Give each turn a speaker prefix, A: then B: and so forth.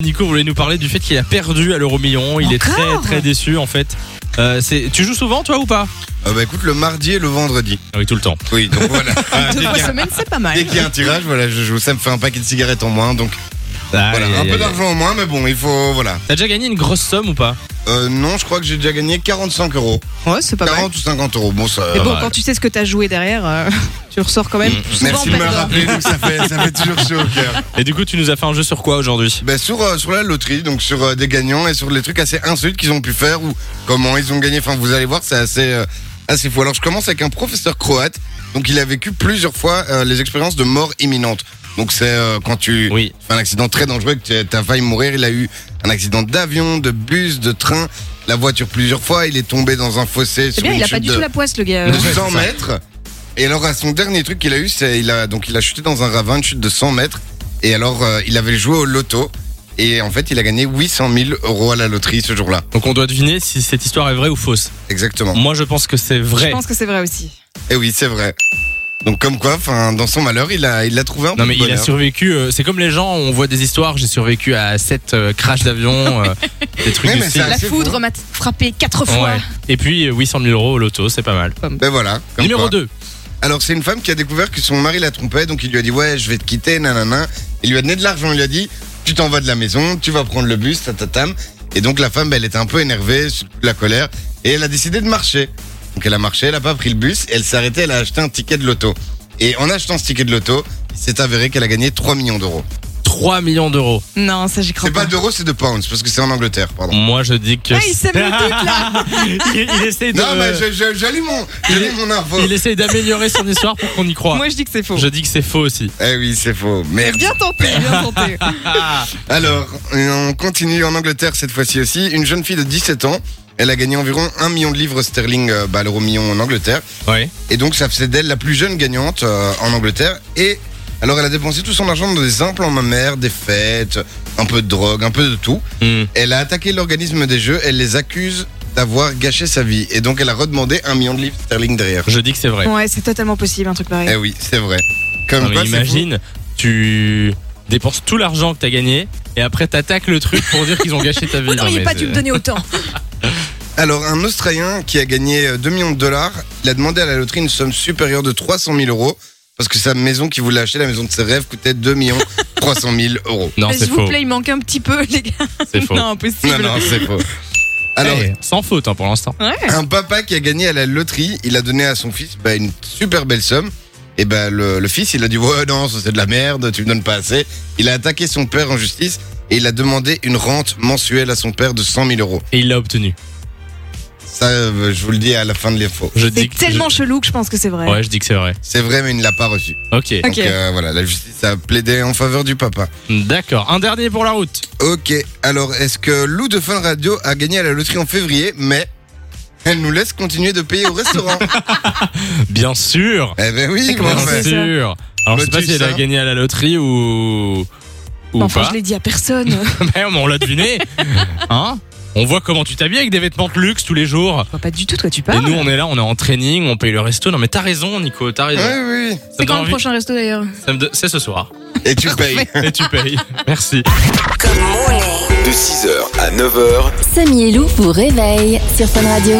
A: Nico voulait nous parler du fait qu'il a perdu à l'euro million. Il est très
B: Encore
A: très déçu en fait. Euh, c'est- tu joues souvent toi ou pas
C: Ah bah écoute, le mardi et le vendredi.
A: Ah Oui, tout le temps.
C: Oui, donc voilà. Ah,
B: Deux
C: dès
B: fois
C: qu'il y a-
B: semaine, c'est pas mal.
C: dès qu'il y a un tirage, voilà, je joue. Ça me fait un paquet de cigarettes en moins, donc voilà, un peu d'argent en moins, mais bon, il faut voilà.
A: T'as déjà gagné une grosse somme ou pas
C: Euh, non, je crois que j'ai déjà gagné 45 euros,
B: Ouais, c'est pas mal.
C: 40 ou 50 euros. Bon, ça.
B: Et bon,
A: mal. Mm,
B: quand tu sais ce que t'as joué derrière, euh, tu ressors quand même. souvent
C: Merci de me
B: perdant.
C: rappeler, donc ça fait, ça fait toujours chaud au cœur.
A: Et du coup, tu nous as fait un jeu sur quoi aujourd'hui
C: Bah, sur, euh, sur la loterie, donc sur euh, des gagnants et sur les trucs assez insolites qu'ils ont pu faire ou comment ils ont gagné. Enfin, vous allez voir, c'est assez, euh, assez fou. Alors, je commence avec un professeur croate. Donc, il a vécu plusieurs fois euh, les expériences de mort imminente. Donc, c'est euh, quand tu
A: Oui.
C: fais un accident très dangereux, que tu- t'as failli mourir. Il a eu un accident d'avion, de bus, de train, la voiture plusieurs fois. Il est tombé dans un fossé
B: C'est
C: sur
B: bien,
C: une
B: il a
C: chute
B: pas du
C: de-
B: tout la poisse, le gars.
C: de
A: Euh, Ouais, c'est
C: 100
A: ça.
C: mètres. Et alors, à son dernier truc qu'il a eu, c'est il a donc il a chuté dans un ravin, une chute de 100 mètres. Et alors, euh, il avait joué au loto. Et en fait, il a gagné 800 000 euros à la loterie ce jour-là.
A: Donc on doit deviner si cette histoire est vraie ou fausse.
C: Exactement.
A: Moi, je pense que c'est
B: Je
A: vrai.
B: pense que c'est vrai aussi.
C: Et oui, c'est vrai. Donc, comme quoi, enfin, dans son malheur, il a, il l'a trouvé un peu
A: Non mais
C: de
A: il a
C: bonheur.
A: survécu. euh, c'est comme les gens, on voit des histoires. J'ai survécu à 7 crashs d'avion, euh, des trucs
C: Ouais,
A: du
C: mais
A: style.
C: Ah,
B: La
C: c'est
B: foudre
C: fou.
B: m'a frappé quatre fois.
A: Ouais. Et puis euh, 800 000 euros au loto, c'est pas mal.
C: Ben voilà. comme
A: Numéro
C: quoi.
A: 2
C: Alors, c'est une femme qui a découvert que son mari la trompait. Donc, il lui a dit Ouais, je vais te quitter, nanana. Il lui a donné de l'argent. Il lui a dit Tu t'en vas de la maison, tu vas prendre le bus, tatatam. Et donc, la femme, ben, elle était un peu énervée, sous la colère. Et elle a décidé de marcher. Donc, elle a marché, elle a pas pris le bus. Et elle s'est arrêtée, elle a acheté un ticket de loto. Et en achetant ce ticket de loto, il s'est avéré qu'elle a gagné 3 millions d'euros.
A: 3 millions d'euros.
B: Non, ça, j'y crois
C: C'est pas
B: pas.
C: d'euros, c'est de pounds, parce que c'est en Angleterre, pardon.
A: Moi, je dis que.
B: Ah, il sème le doute, là.
A: il, il essaie de.
C: Non, mais je- je- j'allume mon, j'allume mon info.
A: Il essaye d'améliorer son histoire pour qu'on y croit.
B: Moi, je dis que c'est faux.
A: Je dis que c'est faux aussi.
C: Eh oui, c'est faux. Merde.
B: Bien tenté, bien tenté.
C: Alors, on continue en Angleterre cette fois-ci aussi. Une jeune fille de 17 ans, elle a gagné environ 1 million de livres sterling, euh, bah, l'euro million en Angleterre.
A: Ouais.
C: Et donc, ça faisait d'elle la plus jeune gagnante euh, en Angleterre. Et alors, elle a dépensé tout son argent dans des implants mammaires, des fêtes, un peu de drogue, un peu de tout.
A: Hmm.
C: Elle a attaqué l'organisme des jeux, elle les accuse d'avoir gâché sa vie. Et donc, elle a redemandé 1 million de livres sterling derrière.
A: Je dis que c'est vrai.
B: Ouais, c'est totalement possible, un truc pareil.
C: Eh oui, c'est vrai. Comme
A: Non, mais
B: bah,
C: quoi, c'est fou.
A: imagine, tu dépenses tout l'argent que t'as gagné et après t'attaques le truc pour dire qu'ils ont gâché ta vie.
B: Vous n'auriez
A: Non,
B: pas
A: mais
B: dû
A: c'est-
B: me donner autant.
C: Alors, un Australien qui a gagné euh, 2 millions de dollars, il a demandé à la loterie une somme supérieure de 300 000 euros parce que sa maison qu'il voulait acheter, la maison de ses rêves, coûtait 2 millions 300 000 euros.
A: Non, c'est
B: S'il vous
A: faux.
B: plaît, il manque un petit peu, les gars.
A: C'est faux.
B: Non, impossible.
C: Non, non, c'est faux. Alors,
A: Eh, sans faute hein, pour l'instant.
B: Ouais.
C: un papa qui a gagné à la loterie, il a donné à son fils bah, une super belle somme. Et ben le, le fils, il a dit ouais non, ça c'est de la merde, tu me donnes pas assez. Il a attaqué son père en justice et il a demandé une rente mensuelle à son père de 100 000 euros.
A: Et il l'a obtenu.
C: Ça, euh, je vous le dis à la fin de l'info.
A: Je
B: C'est
A: dis que-
B: tellement chelou que je pense que c'est vrai.
A: Ouais, je dis que c'est vrai.
C: C'est vrai, mais il ne l'a pas reçu.
A: Ok.
B: Ok.
C: Donc euh, voilà, la justice a plaidé en faveur du papa.
A: D'accord. Un dernier pour la route.
C: Ok, alors est-ce que Lou de Fun Radio a gagné à la loterie en février, mais elle nous laisse continuer de payer au restaurant
A: Bien sûr.
C: Eh ben oui,
B: comment
C: grand
B: on
A: Bien
C: frère.
B: fait hein.
A: sûr. Alors je sais
C: Bah,
A: pas
C: tu
A: si elle a
C: sais.
A: gagné à la loterie ou ou
B: Enfin,
A: pas.
B: je l'ai dit à personne.
A: Mais Ben, on l'a deviné. Hein On voit comment tu t'habilles avec des vêtements de luxe tous les jours.
B: Je vois pas du tout, de quoi, tu
A: Et
B: parles.
A: nous, on est là, on est en training, on paye le resto. Non, mais t'as raison, Nico, t'as raison.
C: Ouais, oui, oui.
A: Ça me
B: C'est
A: donne
B: quand le
A: envie-
B: prochain resto d'ailleurs
A: ça me donne- C'est ce soir.
C: Et tu payes.
A: Et tu payes. Merci.
D: De 6h à 9h,
E: Samy et Lou vous réveille sur Fun Radio.